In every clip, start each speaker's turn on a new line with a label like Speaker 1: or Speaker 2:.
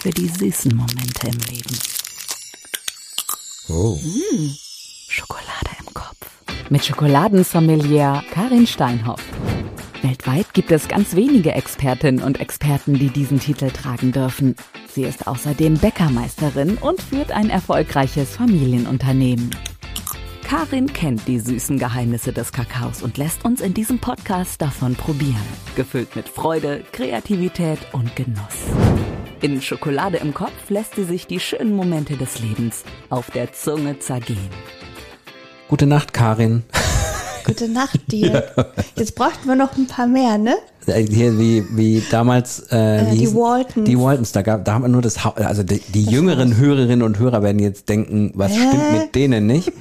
Speaker 1: für die süßen Momente im Leben.
Speaker 2: Oh.
Speaker 3: Hm,
Speaker 1: Schokolade im Kopf.
Speaker 3: Mit Schokoladensommelier Karin Steinhoff. Weltweit gibt es ganz wenige Expertinnen und Experten, die diesen Titel tragen dürfen. Sie ist außerdem Bäckermeisterin und führt ein erfolgreiches Familienunternehmen. Karin kennt die süßen Geheimnisse des Kakaos und lässt uns in diesem Podcast davon probieren. Gefüllt mit Freude, Kreativität und Genuss. In Schokolade im Kopf lässt sie sich die schönen Momente des Lebens auf der Zunge zergehen.
Speaker 2: Gute Nacht, Karin.
Speaker 4: Gute Nacht dir. Jetzt bräuchten wir noch ein paar mehr, ne?
Speaker 2: Äh, Hier wie, wie damals äh, wie
Speaker 4: die
Speaker 2: hießen-
Speaker 4: Waltons.
Speaker 2: Die Waltons, da gab, da haben wir nur das Hau- also die, die jüngeren Hörerinnen und Hörer werden jetzt denken, was stimmt mit denen nicht?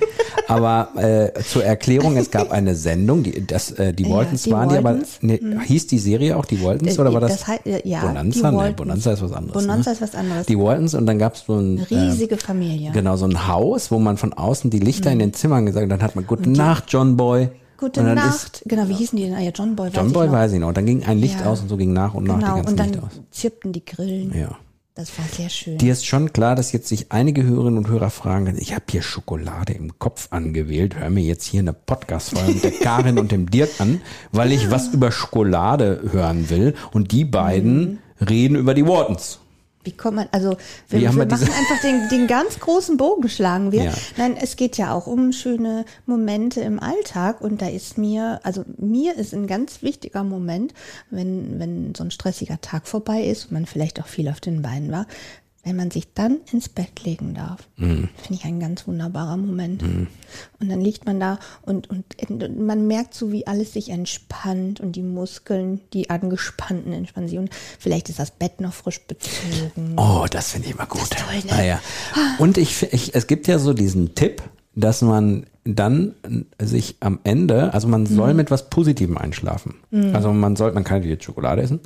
Speaker 2: Aber äh, zur Erklärung, es gab eine Sendung, die das äh, die Waltons
Speaker 4: die
Speaker 2: waren
Speaker 4: Waltons. Mhm.
Speaker 2: die, aber nee, hieß die Serie auch die Waltons
Speaker 4: Äh,
Speaker 2: oder war das,
Speaker 4: das heißt, äh, ja,
Speaker 2: Bonanza?
Speaker 4: die
Speaker 2: Nee,
Speaker 4: Waltons.
Speaker 2: Bonanza ist was anderes.
Speaker 4: Bonanza
Speaker 2: ne?
Speaker 4: ist was anderes.
Speaker 2: Die Waltons und dann gab es so ein ähm,
Speaker 4: Riesige Familie.
Speaker 2: Genau, so ein Haus, wo man von außen die Lichter in den Zimmern gesagt hat, dann hat man Gute Nacht, John Boy.
Speaker 4: Gute
Speaker 2: und dann
Speaker 4: Nacht.
Speaker 2: Ist,
Speaker 4: genau, wie hießen die denn? Ah ja, John Boy.
Speaker 2: John
Speaker 4: weiß
Speaker 2: Boy
Speaker 4: ich noch.
Speaker 2: weiß ich noch. Und dann ging ein Licht
Speaker 4: Ja.
Speaker 2: aus und so ging nach und nach
Speaker 4: Genau,
Speaker 2: die ganzen
Speaker 4: und dann
Speaker 2: Lichter aus.
Speaker 4: zirpten die Grillen.
Speaker 2: Ja.
Speaker 4: Das war sehr schön.
Speaker 2: Dir ist schon klar, dass jetzt sich einige Hörerinnen und Hörer fragen, ich habe hier Schokolade im Kopf angewählt, hör mir jetzt hier eine Podcast-Folge mit der Karin und dem Dirk an, weil ich was über Schokolade hören will. Und die
Speaker 4: Mhm.
Speaker 2: beiden reden über die Wardens.
Speaker 4: Wie kommt man, also
Speaker 2: Wie
Speaker 4: wir,
Speaker 2: haben wir
Speaker 4: wir
Speaker 2: diese-
Speaker 4: machen einfach den, den ganz großen Bogen, schlagen wir.
Speaker 2: Ja.
Speaker 4: Nein, es geht ja auch um schöne Momente im Alltag und da ist mir, also mir ist ein ganz wichtiger Moment, wenn, wenn so ein stressiger Tag vorbei ist und man vielleicht auch viel auf den Beinen war, wenn man sich dann ins Bett legen darf. Finde ich ein ganz wunderbarer Moment. Und dann liegt man da und, und, und man merkt so, wie alles sich entspannt und die Muskeln, die angespannten entspannen sich. Und vielleicht ist das Bett noch frisch bezogen.
Speaker 2: Oh, das finde ich immer gut.
Speaker 4: Hm. ist toll, ne?
Speaker 2: Naja. Und ich, fi- ich, es gibt ja so diesen Tipp, dass man dann äh, sich am Ende, also man
Speaker 4: Hm.
Speaker 2: soll mit was Positivem einschlafen. Also man soll, man kann natürlich jetzt Schokolade essen.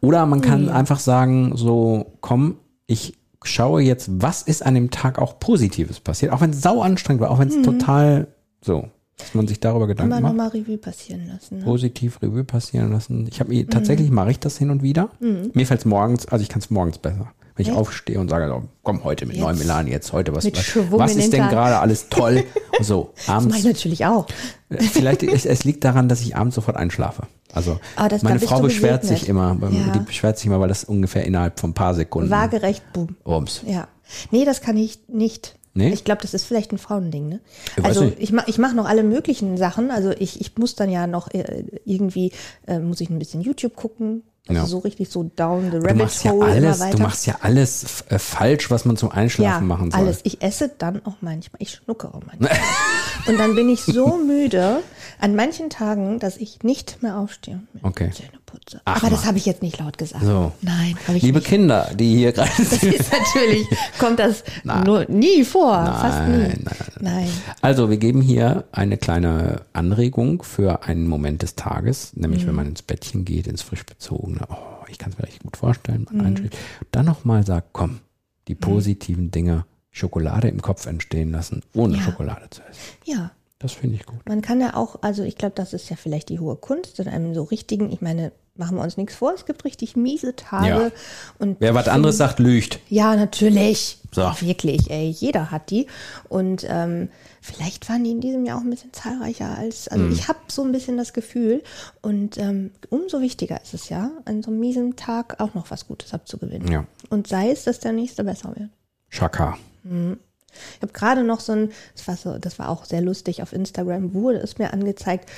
Speaker 2: Oder man kann
Speaker 4: Hm.
Speaker 2: einfach sagen, so, komm, ich schaue jetzt, was ist an dem Tag auch Positives passiert, auch wenn es sau anstrengend war, auch wenn es total so, dass man sich darüber Gedanken
Speaker 4: Hm. Immer
Speaker 2: macht
Speaker 4: nochmal Revue passieren lassen. Ne?
Speaker 2: positiv Revue passieren lassen. Ich habe mir tatsächlich
Speaker 4: Mhm.
Speaker 2: mache ich das hin und wieder. Mir fällt es morgens, also ich kann es morgens besser. Wenn ich aufstehe und sage, so, komm heute mit neuem Elan, jetzt heute was.
Speaker 4: Mit
Speaker 2: was,
Speaker 4: Schwung
Speaker 2: was
Speaker 4: in
Speaker 2: ist
Speaker 4: den
Speaker 2: denn
Speaker 4: Tag.
Speaker 2: gerade alles toll? So,
Speaker 4: Das mache ich
Speaker 2: abends.
Speaker 4: natürlich auch.
Speaker 2: Vielleicht es, es liegt daran, dass ich abends sofort einschlafe. Also
Speaker 4: Ah, das- da
Speaker 2: meine
Speaker 4: bist
Speaker 2: Frau
Speaker 4: du
Speaker 2: beschwert sich
Speaker 4: gesegnet.
Speaker 2: immer, weil-
Speaker 4: Ja.
Speaker 2: die beschwert sich immer, weil das ungefähr innerhalb von ein paar Sekunden.
Speaker 4: Waagerecht, boom.
Speaker 2: Bums.
Speaker 4: Ja. Nee, das kann ich nicht.
Speaker 2: Nee?
Speaker 4: Ich glaube, das ist vielleicht ein Frauending, ne?
Speaker 2: Ich weiß
Speaker 4: also
Speaker 2: nicht.
Speaker 4: ich mache ich mach noch alle möglichen Sachen. Also ich, ich muss dann ja noch äh, irgendwie, äh, muss ich ein bisschen YouTube gucken. Also
Speaker 2: Ja.
Speaker 4: so richtig so down the
Speaker 2: Du
Speaker 4: rabbit
Speaker 2: machst ja
Speaker 4: hole
Speaker 2: alles,
Speaker 4: immer
Speaker 2: du
Speaker 4: weiter.
Speaker 2: machst ja alles f- äh, falsch, was man zum Einschlafen machen soll.
Speaker 4: Alles. Ich esse dann auch manchmal. Ich schnuckere manchmal. und dann bin ich so müde an manchen Tagen, dass ich nicht mehr aufstehe. und mir
Speaker 2: Okay.
Speaker 4: Zähne putze.
Speaker 2: Ach,
Speaker 4: Aber das
Speaker 2: Mann.
Speaker 4: habe ich jetzt nicht laut gesagt.
Speaker 2: So.
Speaker 4: Nein, habe ich
Speaker 2: Also, Liebe
Speaker 4: nicht.
Speaker 2: Kinder, die hier gerade sind.
Speaker 4: Ist natürlich kommt das nur nie vor, fast nie.
Speaker 2: Nein,
Speaker 4: Nein,
Speaker 2: nein, Also, wir geben hier eine kleine Anregung für einen Moment des Tages, nämlich wenn man ins Bettchen geht, ins frisch bezogene. Oh, ich kann es mir echt gut vorstellen. Man einschläft. Dann nochmal sagt, komm, die positiven Dinge, Schokolade im Kopf entstehen lassen, ohne
Speaker 4: Ja.
Speaker 2: Schokolade zu essen.
Speaker 4: Ja,
Speaker 2: Das finde ich gut.
Speaker 4: man kann ja auch, also ich glaube, das ist ja vielleicht die hohe Kunst in einem so richtigen, ich meine, machen wir uns nichts vor, es gibt richtig miese Tage
Speaker 2: Ja.
Speaker 4: und
Speaker 2: Wer was anderes sagt, lügt.
Speaker 4: Ja, natürlich.
Speaker 2: So.
Speaker 4: Wirklich, ey. Jeder hat die. Und ähm, vielleicht waren die in diesem Jahr auch ein bisschen zahlreicher als.
Speaker 2: Mhm.
Speaker 4: Also ich habe so ein bisschen das Gefühl. Und ähm, umso wichtiger ist es ja, an so einem miesen Tag auch noch was Gutes abzugewinnen.
Speaker 2: Ja.
Speaker 4: Und sei es, dass der nächste besser wird.
Speaker 2: Schaka.
Speaker 4: Ich habe gerade noch so ein, das war, so, das war auch sehr lustig, auf Instagram wurde es mir angezeigt,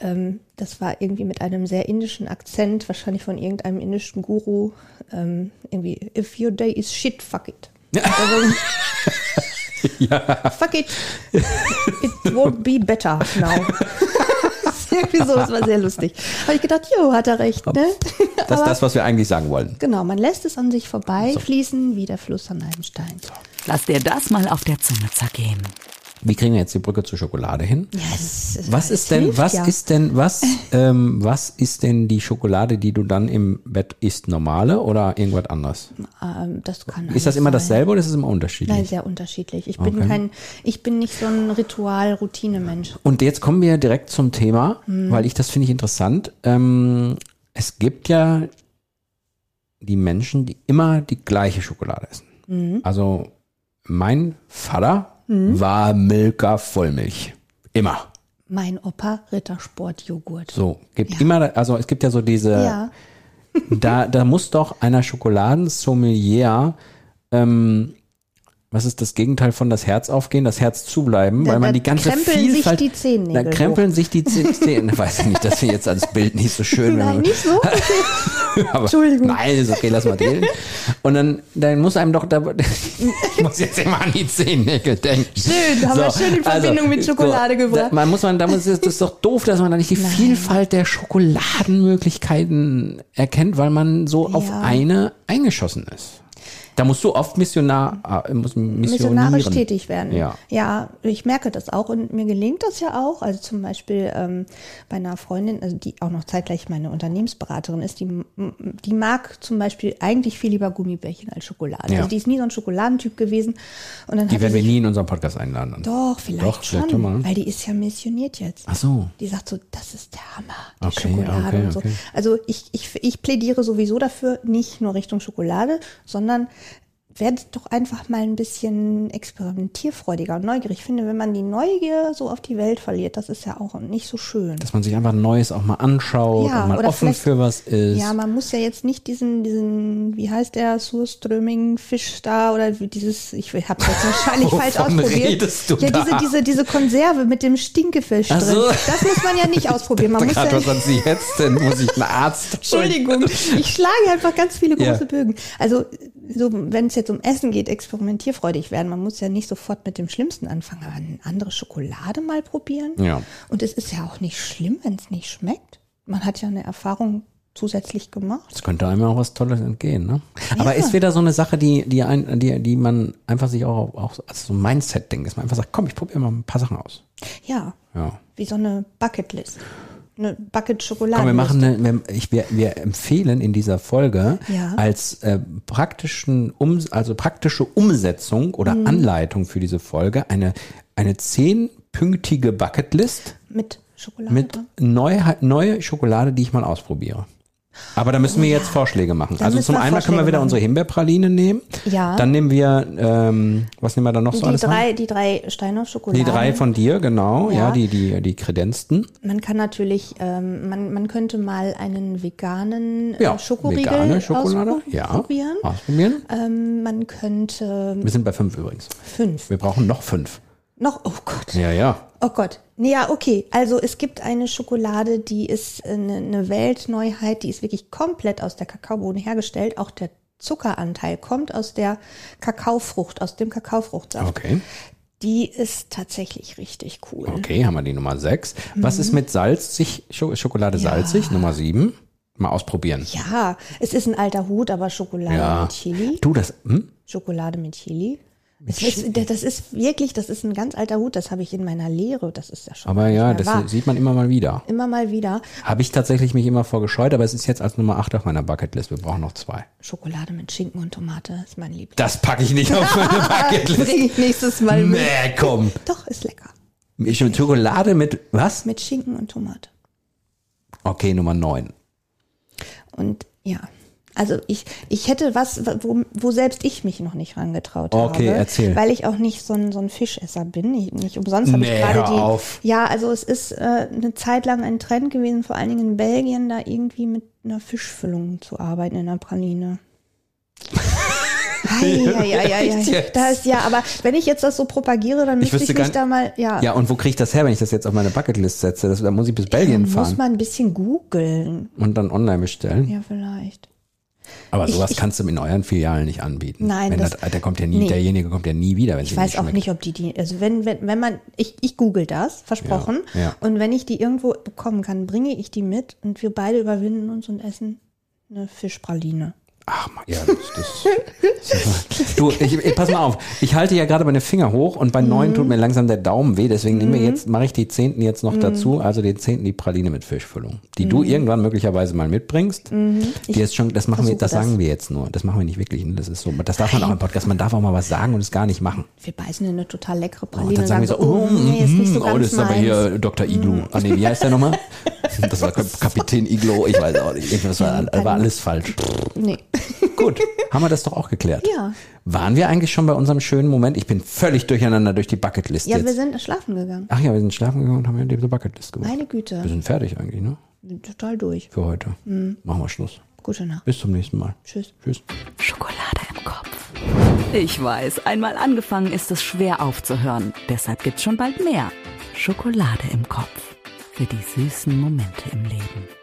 Speaker 4: ähm, das war irgendwie mit einem sehr indischen Akzent, wahrscheinlich von irgendeinem indischen Guru, ähm, irgendwie, if your day is shit, fuck it. Also, Fuck it, it won't be better now. irgendwie so, das war sehr lustig. Habe ich gedacht, jo, hat er recht, ne?
Speaker 2: Das ist das, was wir eigentlich sagen wollen.
Speaker 4: Genau, man lässt es an sich vorbeifließen, wie der Fluss an einem Stein.
Speaker 3: Lass dir das mal auf der Zunge zergehen.
Speaker 2: Wie kriegen wir jetzt die Brücke zur Schokolade hin?
Speaker 4: Yes.
Speaker 2: Was ist denn,
Speaker 4: hilft
Speaker 2: was
Speaker 4: ja.
Speaker 2: ist denn, was, ähm, was ist denn die Schokolade, die du dann im Bett isst, normale oder irgendwas anderes?
Speaker 4: Ähm, das kann
Speaker 2: Ist das
Speaker 4: alles
Speaker 2: immer
Speaker 4: sein.
Speaker 2: dasselbe oder ist es immer unterschiedlich?
Speaker 4: Nein, sehr unterschiedlich. Ich bin
Speaker 2: Okay.
Speaker 4: kein, ich bin nicht so ein Ritual-Routine-Mensch.
Speaker 2: Und jetzt kommen wir direkt zum
Speaker 4: Mhm.
Speaker 2: Thema, weil ich das finde ich interessant. Ähm, es gibt ja die Menschen, die immer die gleiche Schokolade essen.
Speaker 4: Mhm.
Speaker 2: Also mein Vater war Milka Vollmilch. Immer.
Speaker 4: Mein Opa Rittersportjoghurt.
Speaker 2: So, gibt immer, also es gibt ja so diese,
Speaker 4: Ja,
Speaker 2: da, da muss doch einer Schokoladensommelier, ähm, was ist das Gegenteil von das Herz aufgehen, das Herz zubleiben,
Speaker 4: Da-
Speaker 2: weil
Speaker 4: da
Speaker 2: man die ganze
Speaker 4: krempeln sich
Speaker 2: Vielfalt,
Speaker 4: die Zehennägel
Speaker 2: da krempeln sich die Ze- Zähne, weiß ich nicht, das finde ich jetzt als Bild nicht so schön, wenn
Speaker 4: nein,
Speaker 2: man,
Speaker 4: nicht so.
Speaker 2: aber,
Speaker 4: Entschuldigung.
Speaker 2: nein, ist okay, lass mal den. Und dann, dann muss einem doch, da, ich muss jetzt immer an die Zehennägel denken. also,
Speaker 4: Schön, haben wir schön in Verbindung mit Schokolade gebracht.
Speaker 2: Da, man muss man, da muss, das ist doch doof, dass man da nicht die Vielfalt der Schokoladenmöglichkeiten erkennt, weil man so auf
Speaker 4: Ja.
Speaker 2: eine eingeschossen ist. Da musst du oft Missionar, äh, muss missionieren.
Speaker 4: missionarisch tätig werden.
Speaker 2: Ja.
Speaker 4: ich merke das auch und mir gelingt das ja auch. Also zum Beispiel ähm, bei einer Freundin, also die auch noch zeitgleich meine Unternehmensberaterin ist, die, m- m- die mag zum Beispiel eigentlich viel lieber Gummibärchen als Schokolade.
Speaker 2: Ja.
Speaker 4: Also die ist nie so ein Schokoladentyp gewesen. Und dann
Speaker 2: Die
Speaker 4: hat die
Speaker 2: werden wir
Speaker 4: sich,
Speaker 2: nie in unseren Podcast einladen. dann.
Speaker 4: doch, vielleicht
Speaker 2: Doch,
Speaker 4: schon,
Speaker 2: vielleicht schon mal.
Speaker 4: weil die ist ja missioniert jetzt.
Speaker 2: Ach so.
Speaker 4: Die sagt so, das ist der Hammer, die
Speaker 2: Okay,
Speaker 4: Schokolade
Speaker 2: okay,
Speaker 4: und so.
Speaker 2: okay.
Speaker 4: Also ich, ich, ich plädiere sowieso dafür, nicht nur Richtung Schokolade, sondern werdet doch einfach mal ein bisschen experimentierfreudiger und neugierig. Ich finde, wenn man die Neugier so auf die Welt verliert, das ist ja auch nicht so schön.
Speaker 2: Dass man sich einfach Neues auch mal anschaut
Speaker 4: Ja,
Speaker 2: und mal
Speaker 4: oder
Speaker 2: offen
Speaker 4: vielleicht-
Speaker 2: für was ist.
Speaker 4: ja, man muss ja jetzt nicht diesen, diesen, wie heißt der, Surströming-Fisch da oder wie dieses, ich habe jetzt wahrscheinlich falsch
Speaker 2: Wovon
Speaker 4: ausprobiert.
Speaker 2: redest du
Speaker 4: ja,
Speaker 2: da?
Speaker 4: diese, diese, diese Konserve mit dem Stinkefisch
Speaker 2: Ach so.
Speaker 4: drin. Das muss man ja nicht ausprobieren. Man muss ja
Speaker 2: Gerade, was an sie jetzt denn? Muss ich einen Arzt?
Speaker 4: Entschuldigung, ich schlage einfach ganz viele
Speaker 2: Ja.
Speaker 4: große Bögen. Also, so, wenn es jetzt um Essen geht, experimentierfreudig werden. Man muss ja nicht sofort mit dem Schlimmsten anfangen, aber eine andere Schokolade mal probieren.
Speaker 2: Ja.
Speaker 4: Und es ist ja auch nicht schlimm, wenn es nicht schmeckt. Man hat ja eine Erfahrung zusätzlich gemacht.
Speaker 2: Es könnte einem auch was Tolles entgehen, ne? Aber ist wieder so eine Sache, die, die, ein, die, die man einfach sich auch, auch als so ein Mindset-Ding, dass man einfach sagt, komm, ich probiere mal ein paar Sachen aus.
Speaker 4: Ja,
Speaker 2: Ja.
Speaker 4: wie so eine Bucketlist. Eine Bucket Schokolade.
Speaker 2: Komm, wir machen eine, wir, ich, wir, wir empfehlen in dieser Folge
Speaker 4: Ja.
Speaker 2: als äh, praktischen um, also praktische Umsetzung oder
Speaker 4: Mhm.
Speaker 2: Anleitung für diese Folge eine eine zehnpünktige Bucketlist
Speaker 4: mit Schokolade.
Speaker 2: mit neue, neue Schokolade, die ich mal ausprobiere. Aber da müssen wir jetzt Vorschläge machen.
Speaker 4: Da
Speaker 2: also
Speaker 4: müssen
Speaker 2: zum
Speaker 4: wir
Speaker 2: einen können wir
Speaker 4: Vorschläge
Speaker 2: wieder
Speaker 4: machen.
Speaker 2: unsere Himbeerpraline nehmen.
Speaker 4: Ja.
Speaker 2: Dann nehmen wir, ähm, was nehmen wir da noch so
Speaker 4: die
Speaker 2: alles rein?
Speaker 4: drei, die drei Steiner Schokolade.
Speaker 2: Die drei von dir, genau. Ja,
Speaker 4: Ja.
Speaker 2: die, die, die Kredenzten.
Speaker 4: Man kann natürlich, ähm, man, man könnte mal einen veganen äh,
Speaker 2: Ja.
Speaker 4: Schokoriegel
Speaker 2: vegane Schokolade.
Speaker 4: auspro-
Speaker 2: Ja. Ah.
Speaker 4: probieren.
Speaker 2: Ausprobieren.
Speaker 4: Ähm, man könnte
Speaker 2: Wir sind bei fünf übrigens.
Speaker 4: fünf.
Speaker 2: Wir brauchen noch fünf.
Speaker 4: Noch, oh Gott.
Speaker 2: Ja, ja.
Speaker 4: Oh Gott. Nee, Ja, okay. Also es gibt eine Schokolade, die ist eine, eine Weltneuheit, die ist wirklich komplett aus der Kakaobohne hergestellt. Auch der Zuckeranteil kommt aus der Kakaofrucht, aus dem Kakaofruchtsaft.
Speaker 2: Okay.
Speaker 4: Die ist tatsächlich richtig cool.
Speaker 2: Okay, haben wir die Nummer sechs. Was
Speaker 4: Mhm.
Speaker 2: ist mit salzig, Scho- Schokolade salzig? Nummer sieben. Mal ausprobieren.
Speaker 4: Ja, es ist ein alter Hut, aber Schokolade
Speaker 2: Ja.
Speaker 4: mit Chili.
Speaker 2: Du, das, hm?
Speaker 4: Schokolade mit Chili. Das ist, das ist wirklich, das ist ein ganz alter Hut, das habe ich in meiner Lehre, das ist ja schon.
Speaker 2: Aber
Speaker 4: nicht
Speaker 2: ja,
Speaker 4: mehr
Speaker 2: das
Speaker 4: wahr.
Speaker 2: sieht man immer mal wieder.
Speaker 4: immer mal wieder
Speaker 2: Habe ich tatsächlich mich immer vorgescheut, aber es ist jetzt als Nummer acht auf meiner Bucketlist. Wir brauchen noch zwei.
Speaker 4: Schokolade mit Schinken und Tomate ist mein Liebling.
Speaker 2: Das packe ich nicht auf meine Bucketlist.
Speaker 4: Bring ich nächstes Mal mit.
Speaker 2: Nee, komm.
Speaker 4: Doch, ist lecker.
Speaker 2: Ich mit Schokolade mit was?
Speaker 4: Mit Schinken und Tomate.
Speaker 2: Okay, Nummer 9.
Speaker 4: Und ja, also ich, ich hätte was, wo, wo selbst ich mich noch nicht rangetraut
Speaker 2: Okay,
Speaker 4: habe.
Speaker 2: erzähl.
Speaker 4: Weil ich auch nicht so ein, so ein Fischesser bin. Ich, nicht umsonst habe
Speaker 2: Nee,
Speaker 4: ich gerade
Speaker 2: hör
Speaker 4: die.
Speaker 2: auf.
Speaker 4: Ja, also es ist äh, eine Zeit lang ein Trend gewesen, vor allen Dingen in Belgien, da irgendwie mit einer Fischfüllung zu arbeiten in einer Praline. Ei, ei, ei, ei,
Speaker 2: Echt
Speaker 4: ei.
Speaker 2: jetzt?
Speaker 4: Da ist ja, aber wenn ich jetzt das so propagiere, dann müsste ich,
Speaker 2: wüsste gar
Speaker 4: mich da mal, ja,
Speaker 2: Ja, und wo kriege ich das her, wenn ich das jetzt auf meine Bucketlist setze? Das, da muss ich bis Belgien
Speaker 4: muss
Speaker 2: fahren
Speaker 4: man ein bisschen googeln.
Speaker 2: und dann online bestellen.
Speaker 4: Ja, vielleicht.
Speaker 2: Aber
Speaker 4: Ich-
Speaker 2: sowas
Speaker 4: ich-
Speaker 2: kannst du in euren Filialen nicht anbieten.
Speaker 4: Nein,
Speaker 2: wenn
Speaker 4: das-
Speaker 2: das, der kommt ja nie,
Speaker 4: nee.
Speaker 2: derjenige kommt ja nie wieder, wenn
Speaker 4: Ich weiß auch nicht, ob die die, also wenn, wenn, wenn man, ich, ich google das, versprochen.
Speaker 2: Ja, ja.
Speaker 4: Und wenn ich die irgendwo bekommen kann, bringe ich die mit und wir beide überwinden uns und essen eine Fischpraline.
Speaker 2: Ach, Mann, ja, das, das Du, ich, ich, pass mal auf. Ich halte ja gerade meine Finger hoch und bei
Speaker 4: Mhm.
Speaker 2: neun tut mir langsam der Daumen weh. Deswegen nehmen wir jetzt, mache ich die zehnten jetzt
Speaker 4: Mhm.
Speaker 2: noch dazu. Also den zehnten die Praline mit Fischfüllung, die du irgendwann möglicherweise mal mitbringst. Die ist schon, das machen wir,
Speaker 4: Mhm. versuche
Speaker 2: das,
Speaker 4: das.
Speaker 2: sagen wir jetzt nur. Das machen wir nicht wirklich. Ne? Das ist so, das darf man auch im Podcast. Man darf auch mal was sagen und es gar nicht machen.
Speaker 4: Wir beißen in eine total leckere
Speaker 2: Und
Speaker 4: Praline
Speaker 2: dann sagen wir so, oh,
Speaker 4: nee, ist nicht so
Speaker 2: mm, oh,
Speaker 4: ganz
Speaker 2: das ist aber
Speaker 4: meins. Mhm.
Speaker 2: hier Dr. Iglu. Ah, nee, wie heißt der nochmal? Das war Kapitän Iglo, ich weiß auch nicht. Das war, war alles falsch.
Speaker 4: Nee.
Speaker 2: Gut, haben wir das doch auch geklärt.
Speaker 4: Ja.
Speaker 2: Waren wir eigentlich schon bei unserem schönen Moment? Ich bin völlig durcheinander durch die Bucketlist
Speaker 4: Ja, wir
Speaker 2: jetzt.
Speaker 4: sind schlafen gegangen.
Speaker 2: Ach ja, wir sind schlafen gegangen und haben ja die Bucketlist gemacht.
Speaker 4: Meine
Speaker 2: Wir
Speaker 4: Güte.
Speaker 2: sind fertig eigentlich, ne?
Speaker 4: Bin total durch.
Speaker 2: Für heute.
Speaker 4: Mhm.
Speaker 2: Machen wir Schluss.
Speaker 4: Gute Nacht.
Speaker 2: Bis zum nächsten Mal.
Speaker 4: Tschüss.
Speaker 2: Tschüss.
Speaker 1: Schokolade im Kopf.
Speaker 3: Ich weiß, einmal angefangen ist es schwer aufzuhören. Deshalb gibt's schon bald mehr.
Speaker 1: Schokolade im Kopf.
Speaker 3: Für die süßen Momente im Leben.